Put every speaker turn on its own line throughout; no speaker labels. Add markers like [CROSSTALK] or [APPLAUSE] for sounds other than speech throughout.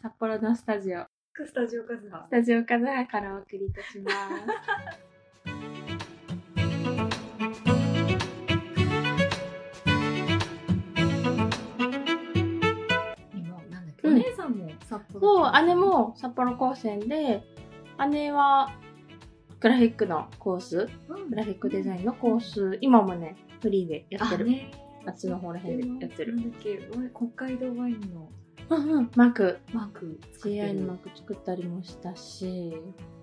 札幌のスタジオ、
スタジオカズハ
ス。タジオカズハからお送りいたします。
今、なんだっけ、
うん
お姉さんも札幌。
[LAUGHS] そう、姉も札幌高専で、姉はグラフィックのコース、
うん、
グラフィックデザインのコース、今もね、フリーでやって
あ、
る。
ね。
あっちの方らへんでやってる。
なんだっけ、北海道ワインの
うんうん、 [LAUGHS] マーク、
マーク作ってる。
GI のマーク作ったりもしたし、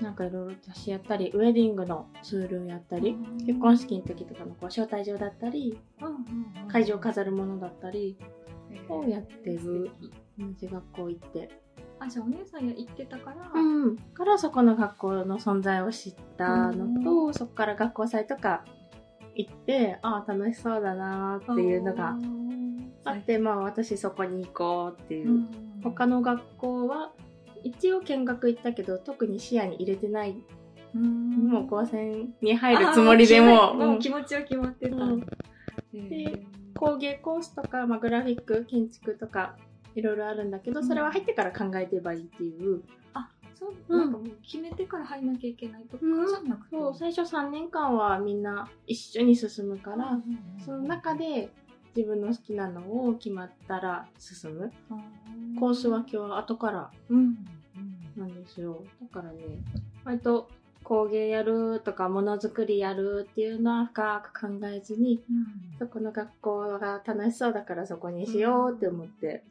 なんかいろいろ私やったり、ウェディングのツールをやったり、結婚式の時とかのこう招待状だったり、
うんうんうん
会場を飾るものだったりをやって
えー
る
素敵
同じ学校行って。
あ、じゃあお姉さんが行ってたから、
うん。からそこの学校の存在を知ったのと、そこから学校祭とか行って、ああ、楽しそうだなーっていうのがあって、まあ私そこに行こうっていう。他
の
の学校は一応見学行ったけど特に視野に入れてない、もう高専に入るつもりでもう
も
う
うん気持ちは決まってた、
うん
えー
で工芸コースとか、まあ、グラフィック建築とかいろいろあるんだけどそれは入ってから考えてればいいっていう、
あそう、
うん
なんかもう決めてから入んなきゃいけないとかじゃなくて、
そう最初3年間はみんな一緒に進むか、
から
その中で自分の好きなのを決まったら進むコース分けは後から
うん
なんですよ。だからね、割と工芸やるとかものづくりやるっていうのは深く考えずに、
うん
そこの学校が楽しそうだからそこにしようって思って。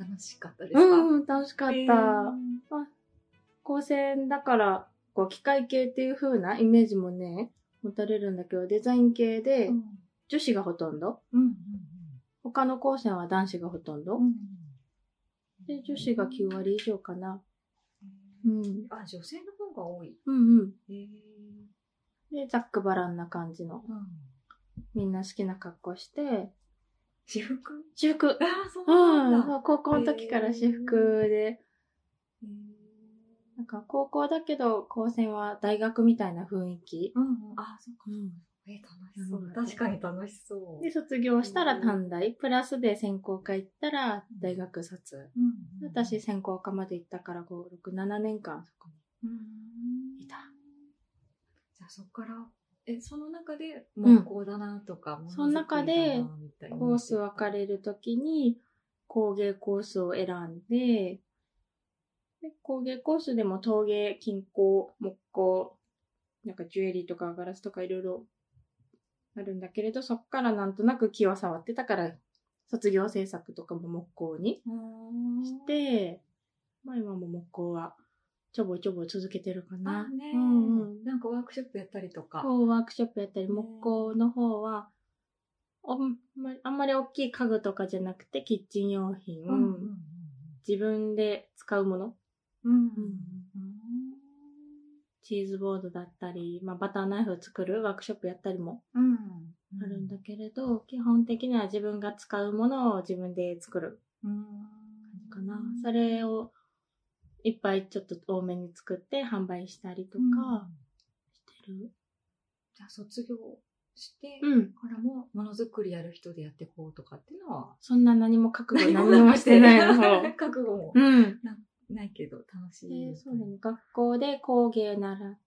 楽しかったです
う
か、
ん、うん楽しかった。
えー
高専だから、こう機械系っていう風なイメージもね、持たれるんだけど、デザイン系で
うん
女子がほとんど。
うんうん
他の高専は男子がほとんど
う。ん
で、女子が9割以上かな。うん。うん
あ女性の方が多い
うん。
へえ
で、ざっくばらんな感じの。
うん
みんな好きな格好して、
私服
私服
ああそう
う
なん
ん、
だ、
そう高校の時から私服で、なんか高校だけど、高専は大学みたいな雰囲気。
うんうん、あそうか
うん、
えー楽しそう
うん
確かに楽しそう
で、卒業したら短大、プラスで専攻科行ったら大学卒。
うんうん
私、専攻科まで行ったから5、6、7年間そこ
うん
にいた。
じゃあそこから、え、その中で、もうこうだなとか、
その中でコース分か
れ。
れるときに工芸コースを選んで、で工芸コースでも陶芸、金工、木工、なんかジュエリーとかガラスとかいろいろあるんだけれど、そこからなんとなく木を触ってたから、卒業制作とかも木工にし
で、
て、まあ今も木工はちょぼちょぼ続けてるかな。
あね、
うんうん
なんかワークショップやったりとか。
そうワークショップやったり
うん
木工の方はあんまりあんまり大きい家具とかじゃなくてキッチン用品、
うんうん
自分で使うもの
うん。うん
チーズボードだったり、まあ、バターナイフを作るワークショップやったりも
うん。うん。
あるんだけれど、基本的には自分が使うものを自分で作る
うん。
かな、それをいっぱいちょっと多めに作って販売したりと
うん
かしてる、
じゃあ卒業して、
うん
からも、ものづくりやる人でやってこうとかっていうのは、
そんな何も覚悟何もしてないの
[LAUGHS] 覚悟も
うん
ないけど、楽しい。
でそうだね、学校で工芸習っ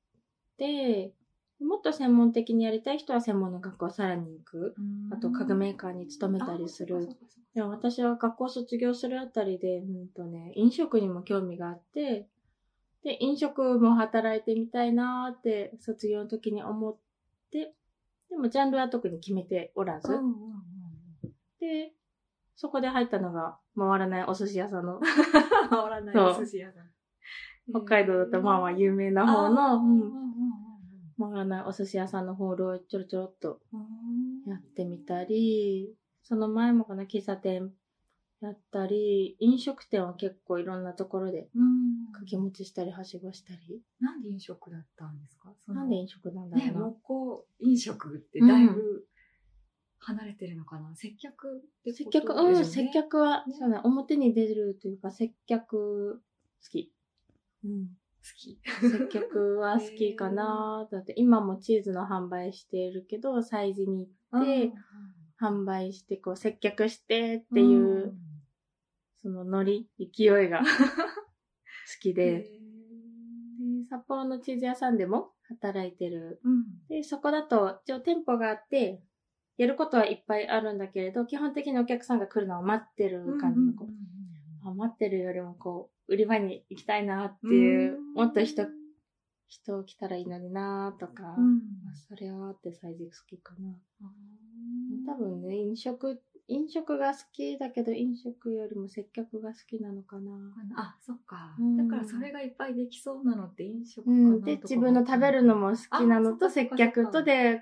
てもっと専門的にやりたい人は専門の学校さらに行く
うん
あと家具メーカーに勤めたりす
あ
る
そうかそうか
でも私は学校卒業するあたりで、うんとね、飲食にも興味があってで飲食も働いてみたいなーって卒業の時に思ってでもジャンルは特に決めておらず、
うんうんうん
でそこで入ったのが回らないお寿司屋さんの
変わらない
そう
[LAUGHS] お寿司屋さん。
北海道だとまあまあ
う
有名な方の、うん、回らないお寿司屋さんのホールをちょろちょろっとやってみたり、その前もこの喫茶店やったり、飲食店は結構いろんなところで掛け持ちしたり、はしごしたり。
なんで飲食だったんですか
なんで
飲
飲食なんだろ
ね、
うな。
木工飲食ってだいぶ離れてるのかな接客って
接
こと
客、
ですよね
うん、接客は、
ね
そうね、表に出るというか、接客、好き。うん。
好き。
接客は好きかな、だって今もチーズの販売しているけど、催事に
うん
販売して、こう、接客してっていう、、そのノリ、勢いが [LAUGHS] 好き
へ
で
ー、
で札幌のチーズ屋さんでも働いてる
うん。
で、そこだと、一応店舗があって、やることはいっぱいあるんだけれど、基本的にお客さんが来るのを待ってる感じの子。あ待ってるよりもこう、売り場に行きたいなっていう、もっと人、人来たらいいのになーとか、
うん
まあ、それはあってサイズ好きかな。多分ね、飲食、飲食が好きだけど、飲食よりも接客が好きなのかな。
あ、そっか
う。ん
だからそれがいっぱいできそうなのって飲食か
う
な
ん、
とか思った。
で、自分の食べるのも好きなのと、
あそっ
接
か
客とで、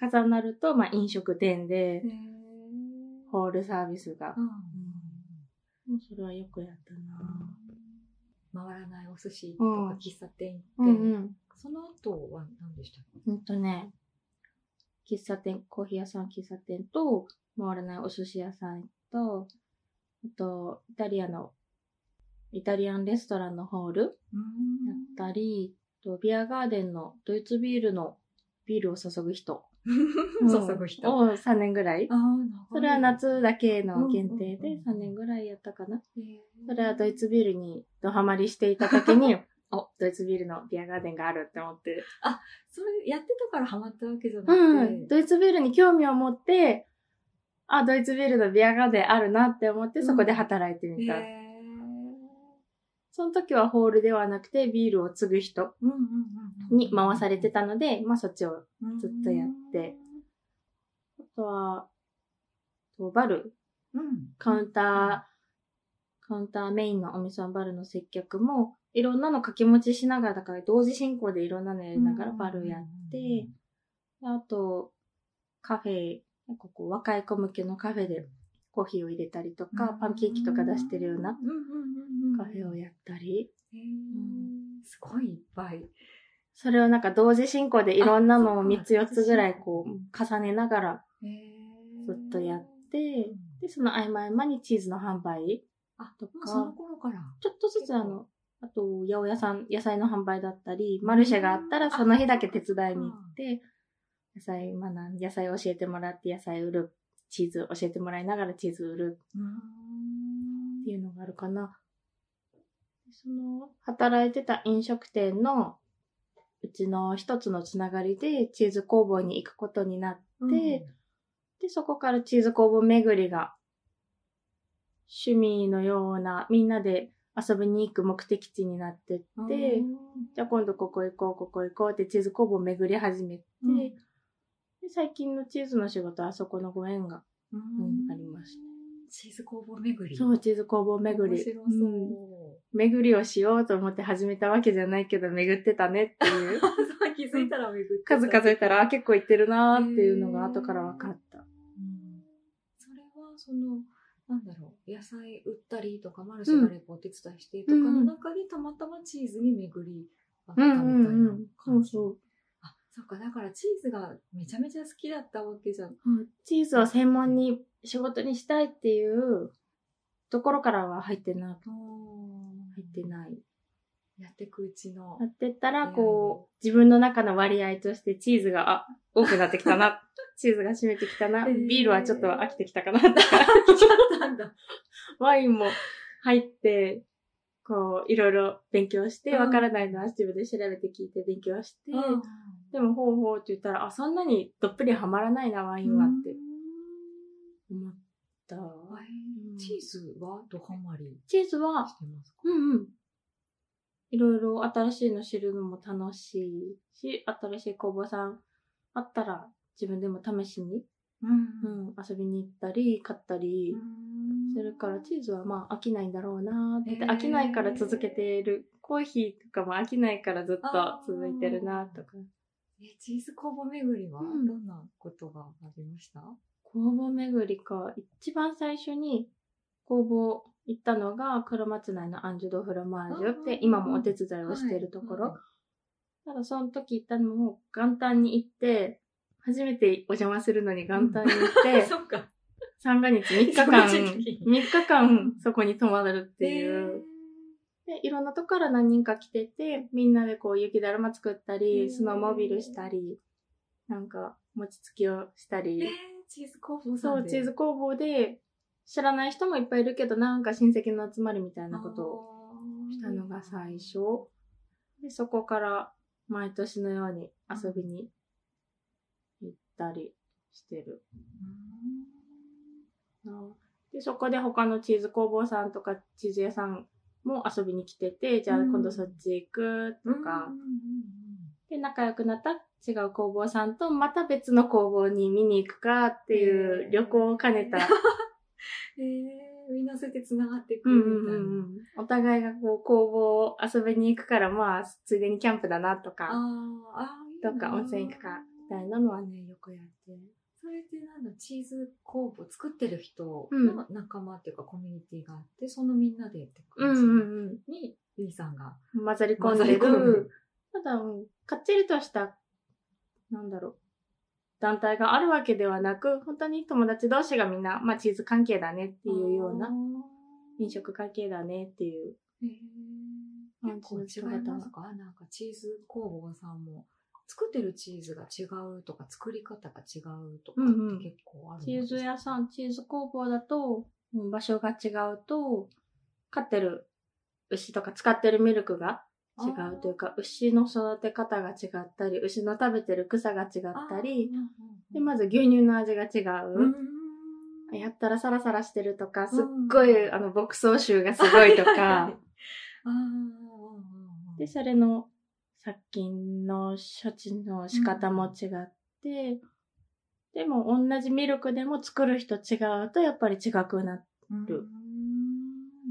重なると、まあ、飲食店で
へー。、
ホールサービスが
う。ん
もうそれはよくやったな
回らないお寿司と
うん
か喫茶店
うん
行って、
うん。
その後は何でしたっけ
ほんとね、喫茶店、コーヒー屋さん、喫茶店と、回らないお寿司屋さんと、あと、イタリアの、イタリアンレストランのホールやったり、あとビアガーデンのドイツビールのビールを注ぐ人。
うん [LAUGHS] 注ぐ人。
を3年ぐらい
あ。あ、
それは夏だけの限定
うんうん
で
うん
3年ぐらいやったかな。
長いね。へー
それはドイツビールにドハマりしていた時
[LAUGHS]
に、お、ドイツビールのビアガーデンがあるって思って、
それやってたからハマったわけじゃな
う
く
ん。
て。
ドイツビールに興味を持って、あ、ドイツビールのビアガーデンあるなって思って、そこで働いてみた。
へー
その時はホールではなくて、ビールを継ぐ人
うんうんうんうん
に回されてたので、まあそっちを。あずっとやって。とは、とバル、
うん。
カウンター、カウンターメインのお店のバルの接客も、いろんなの掛け持ちしながら、だから同時進行でいろんなのやりながらバルやって、あと、カフェ、ここ若い子向けのカフェでコーヒーを入れたりとか、パンケーキとか出してるようなカフェを
や
やったり、
すごいいっぱい。
それをなんか同時進行でいろんなのを3つ4つぐらいこう重ねながらずっとやって、で、その合間合間にチーズの販売、
あ
と
と
か
か。その頃から。
ちょっとずつあの、あと、八百屋さん、野菜の販売だったり、マルシェがあったらその日だけ手伝いに行って、野菜学ん、野菜を教えてもらって野菜売る、チーズ教えてもらいながらチーズ売るっていうのがあるかな。その、働いてた飲食店の、うちの一つのつながりでチーズ工房に行くことになって、ででそこからチーズ工房巡りが、趣味のような、みんなで遊びに行く目的地になってって、
うん、
じゃあ今度ここ行こう、ここ行こうってチーズ工房巡り始めて、
うん
で最近のチーズの仕事はあそこのご縁が、う
う
んありまし
チーズ工房巡り。
そう、チーズ工房巡り。
面白そう。
うん巡りをしようと思って始めたわけじゃないけど、巡ってたねっていう。
[LAUGHS] さっき気づいたら巡ってた
数数えたら、あ結構行ってるなーっていうのが後から分かった。
うんそれはそのなんだろう野菜売ったりとかマルシェがレポお手伝いしてとか
うん
の中でたまたまチーズに巡りあった
うん
みたい
うんう。
なん
そ
感
う
じ、
そう。
あそっかだからチーズがめちゃめちゃ好きだったわけじゃん
うんチーズを専門に仕事にしたいっていうところからは入ってな
入
い。入ってない。
やってくうち [LAUGHS] の
やってったら、こう、自分の中の割合としてチーズが、あ、多くなってきた
[LAUGHS]
な。チーズが占めてきたな。
えー
ビールはちょっと飽きてきたかなとか。
来ちゃったんだ
ワインも入って、こう、いろいろ勉強して、
うん
わからないのは自分で調べて聞いて勉強して、
うん
でも、ほうほうって言ったら、あ、そんなにどっぷりはまらないな、ワインはって思った。
ワインチーズはドハマり
チーズは、
してますか
うんうん。いろいろ新しいの知るのも楽しいし、新しい工房さんあったら自分でも試しに、う
うん
ん、遊びに行ったり、買ったり、するからチーズはまあ飽きないんだろうなーって
へー
飽きないから続けてるコーヒーとかも飽きないからずっ
あ
と
ー
続いてるなとか
えチーズ工房巡りはど
うん
んなことがありました、
工房巡りか一番最初に工房行ったのが黒松内のアンジュ・ド・フロマージュって
あー
今もお手伝いをしているところ、
はい
ただその時行ったのも元旦に行って初めてお邪魔するのに元旦に行って、
[LAUGHS] そっか。
三が日3日間
[LAUGHS] 忙しい時に
3日間そこに泊まるっていう。で、いろんなとこから何人か来てて、みんなでこう雪だるま作った
へ
り、
ー
スノーモビルしたり、なんか餅つきをした
えー。えー
り、
チーズ工房さ
そ
ん
う、
で。
チーズ工房で知らない人もいっぱいいるけど、なんか親戚の集まりみたいなことを
を
したのが最初。で、そこから毎年のように遊びに行ったりしてるな。で、そこで他のチーズ工房さんとかチーズ屋さんも遊びに来てて、じゃあ今度そっち行くとか、で、仲良くなった違う工房さんとまた別の工房に見に行くかってい
へ
う
ー
旅行を兼ね
[LAUGHS]
た、
ええみんなそうやって繋がっていく
うん
み
う
たい
んう
な。
んうんお互いがこう工房を遊びに行くから、まあ、ついでにキャンプだなと
あ
か、
ーあー、いい
ど
な
っか温泉行くかみたいなのはね、よくやってる。
それってなんだ、チーズ工房作ってる人の仲間っていうかコミュニティがあって、そのみんなでって
うん
感じ
うんうん。
に、ゆいさんが。
混ざり込んで
混ざり込
る
む。
ただ、うんかっちりとした、なんだろう、団体があるわけではなく、本当に友達同士がみんな、まあチーズ関係だねっていうよう
あ
な、
ー
飲食関係だねっていう。
へえ
感
結
じの
構違いますかなんかチーズ工房さんも作ってるチーズが違うとか作り方が違うとか
うんうん
って結構ある
チーズ屋さ
ん
ん、チーズ工房だと、うん場所が違うと、飼ってる牛とか使ってるミルクが違うというか、牛の育て方が違ったり、牛の食べてる草が違ったり、で、ま
ず
ず牛乳の味が違う。やったらサラサラしてるとか、すっごい、
うん
あの、牧草臭がすご [LAUGHS] いとか、
[LAUGHS] あー
で、それの殺菌の処置の仕方も違って、でも同じミルクでも作る人違うとやっぱり違くなって、る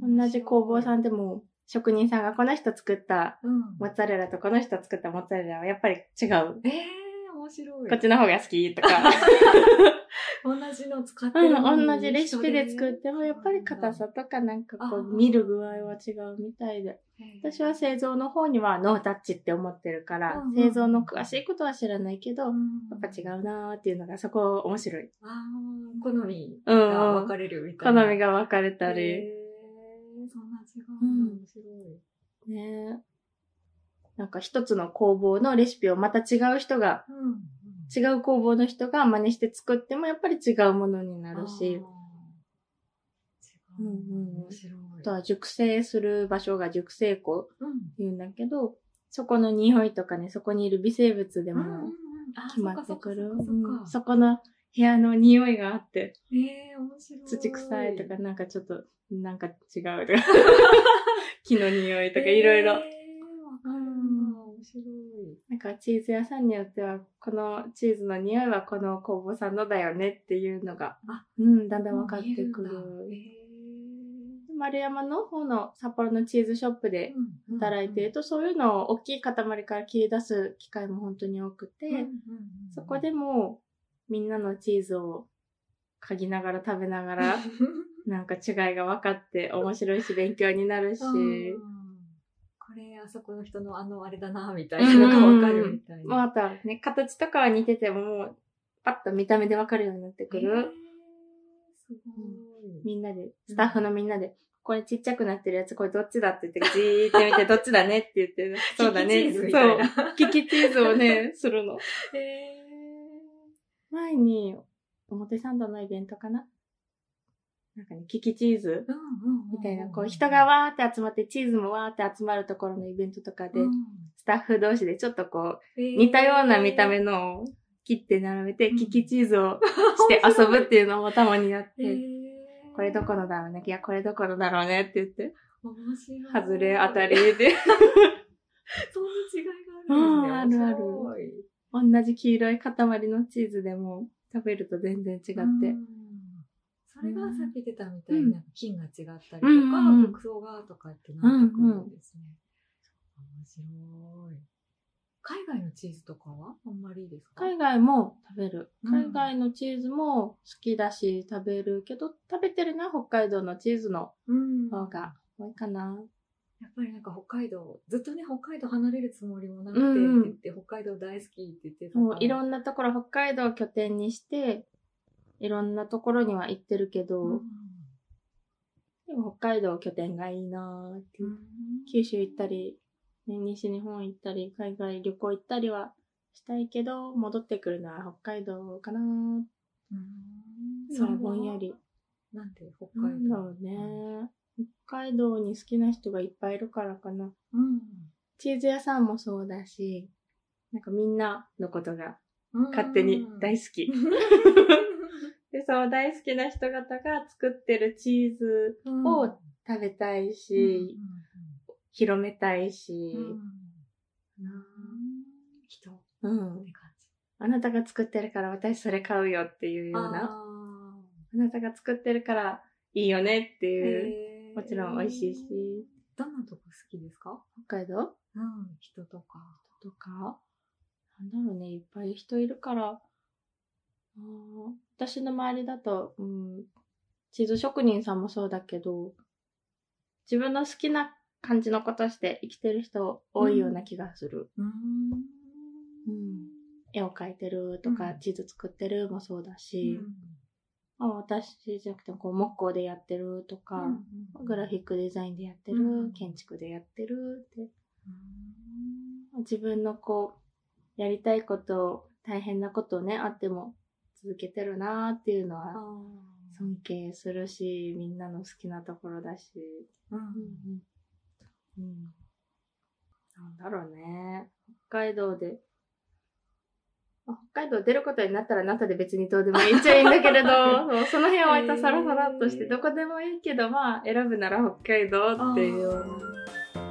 同じ工房さんでも職人さんがこの人作った
うん
モッツァレラとこの人作ったモッツァレラはやっぱり違う。
ええ面白い
こっちの方が好きとか、
同じの使ってる
[LAUGHS]
の
うん、
に
同じレシピで作ってもやっぱり硬さとかなんかこう見る具合は違うみたいで。私は製造の方にはノータッチって思ってるから、
うんうん
製造の詳しいことは知らないけど、や
や
っぱ違うなーっていうのがそこ面白い。
あー好み
う
が
ん、う
分
ん。
かれるみた
好
いな。
みが分かれた
へ
り。
ーそんな違う
うん
の面白い。
ねなんか一つの工房のレシピをまた違う人が、
うんうん。
違う工房の人が真似して作ってもやっぱり違うものになるし、
あー。
う
違う。
んうん
面白い。
あとは熟成する場所が熟成庫っ
うん。
ていうんだけど、そこの匂いとかね、そこにいる微生物で
うんうんう
も
んあー
決まってくる。
そっかそ
うん
っかそっか
そこの部屋の匂いがあって、
えー、面白い。
土臭いとか、なんかちょっと、なんか違
[LAUGHS]
うとか、木の匂いとかいろい
えーわ
ろ。
かるんだ。面白い。
なんかチーズ屋さんによっては、このチーズの匂いはこの工房さんのだよねっていうのが
あ、
うん、だんだん分かってく
もう見
る。
え
丸山の方の札幌のチーズショップ
る
で
んだ。えー
働いてると、そういうのを大きい塊から切り出す機会も本当に多くて、
うんうんうん
そこでもみんなのチーズを嗅ぎながら食べなが
[LAUGHS]
ら、なんか違いが分かって面白いし勉強になるし、
うんこれ、あそこの人のあの、あれだな、みたいなのがわかるみたい
まあ、
な。
あとはね、形とかは似てても、もう、パッと見た目でわかるようになってく
へー
る。
すごい。
みんなで、スタッフのみんなで、これちっちゃくなってるやつ、これどっちだって言って、じーって
[LAUGHS]
見て、どっちだねって言って、そうだね。
キキチー
そ
ズ
う
みたいな。。
キキチーズをね、するの。
へ
前に、表参道のイベントかななんかね、キキチーズ
ーうんうんうん
みたいな、こう、人がわーって集まって、チーズもわーって集まるところのイベントとかで
うん、
スタッフ同士でちょっとこう、
へー
似たような見た目のを切って並べて、
うん
キキチーズを
[LAUGHS]
して遊ぶっていうのもたまにやっ
へ
て、
ー
これどこのだろうね、いや、これどこのだろうねって言って、
面白い
外れ当たり。
[LAUGHS]
で、 [LAUGHS]
そんな違いがあるんですね。
うんあるある
面白い
同じ黄色い塊のチーズでも食べると全然違って。
うんそれがさっき出たみたいな、菌が違ったりとか、
うんうんうん
牧草がとかってなってくるんですね。面白い。海外のチーズとかはあんまりですか
海外も食べる。
うん
海外のチーズも好きだし食べるけど、食べてるな、北海道のチーズの
うん
方が多いかな。
やっぱりなんか北海道、ずっとね、北海道離れるつもりもなくて、
う
っ
ん
て
うん
言って北海道大好きって言ってた
もういろ
な、
んなところ、北海道を拠点にして、いろんなところには行ってるけど、
うん
でも北海道拠点がいいなーって、九州行ったり、ね西日本行ったり、海外旅行行ったりはしたいけど、戻ってくるのは北海道かなー
うん
それぼんや。り。
なんて北
な
海
んだ
道
ろうね。北海道に好きな人がいっぱいいるからかな。
うん
チーズ屋さんもそうだし、なんかみんなのことが
うん
勝手に大
好
好
[LAUGHS]
き。で、その大好きな人方が作ってるチーズを食べたいし、広めたいし、
人っ
うん、
て感じ
あなたが作ってるから私それ買うよっていうような、あ
あ
なたが作ってるからいいよねって
ー
いう、
へー
もちろん美味しいし、
どんなとこ好きですか
北海道
うん人とか
とか、なんだろうね、いっぱい人いるから、あー私の周りだと、うん、地図職人さんもそうだけど、自分の好きな感じのことして生きてる人多いような気がする。
うーん
うん絵を描いてるとか、
うん
地図作ってるもそうだ
う
し、まあ、私じゃなくてもこう木工でやってるとか、
ん
グラフィックデザインでやってる、
うん
建築でやってるって
う
自分のこうやりたいことを大変なことをねあっても続けてるなーっていうの
ーんあ
は
ー
尊敬するしみんなの好きなところだし、
うん
うん、なんだろうね北海道でまあ北海道出ることになったらなったで別にどうでもいいっちゃいいんだけ
[LAUGHS]
れどそうその辺を割とサラサラっとしてどこでもいいけどまあ選ぶなら北海道っていう
あー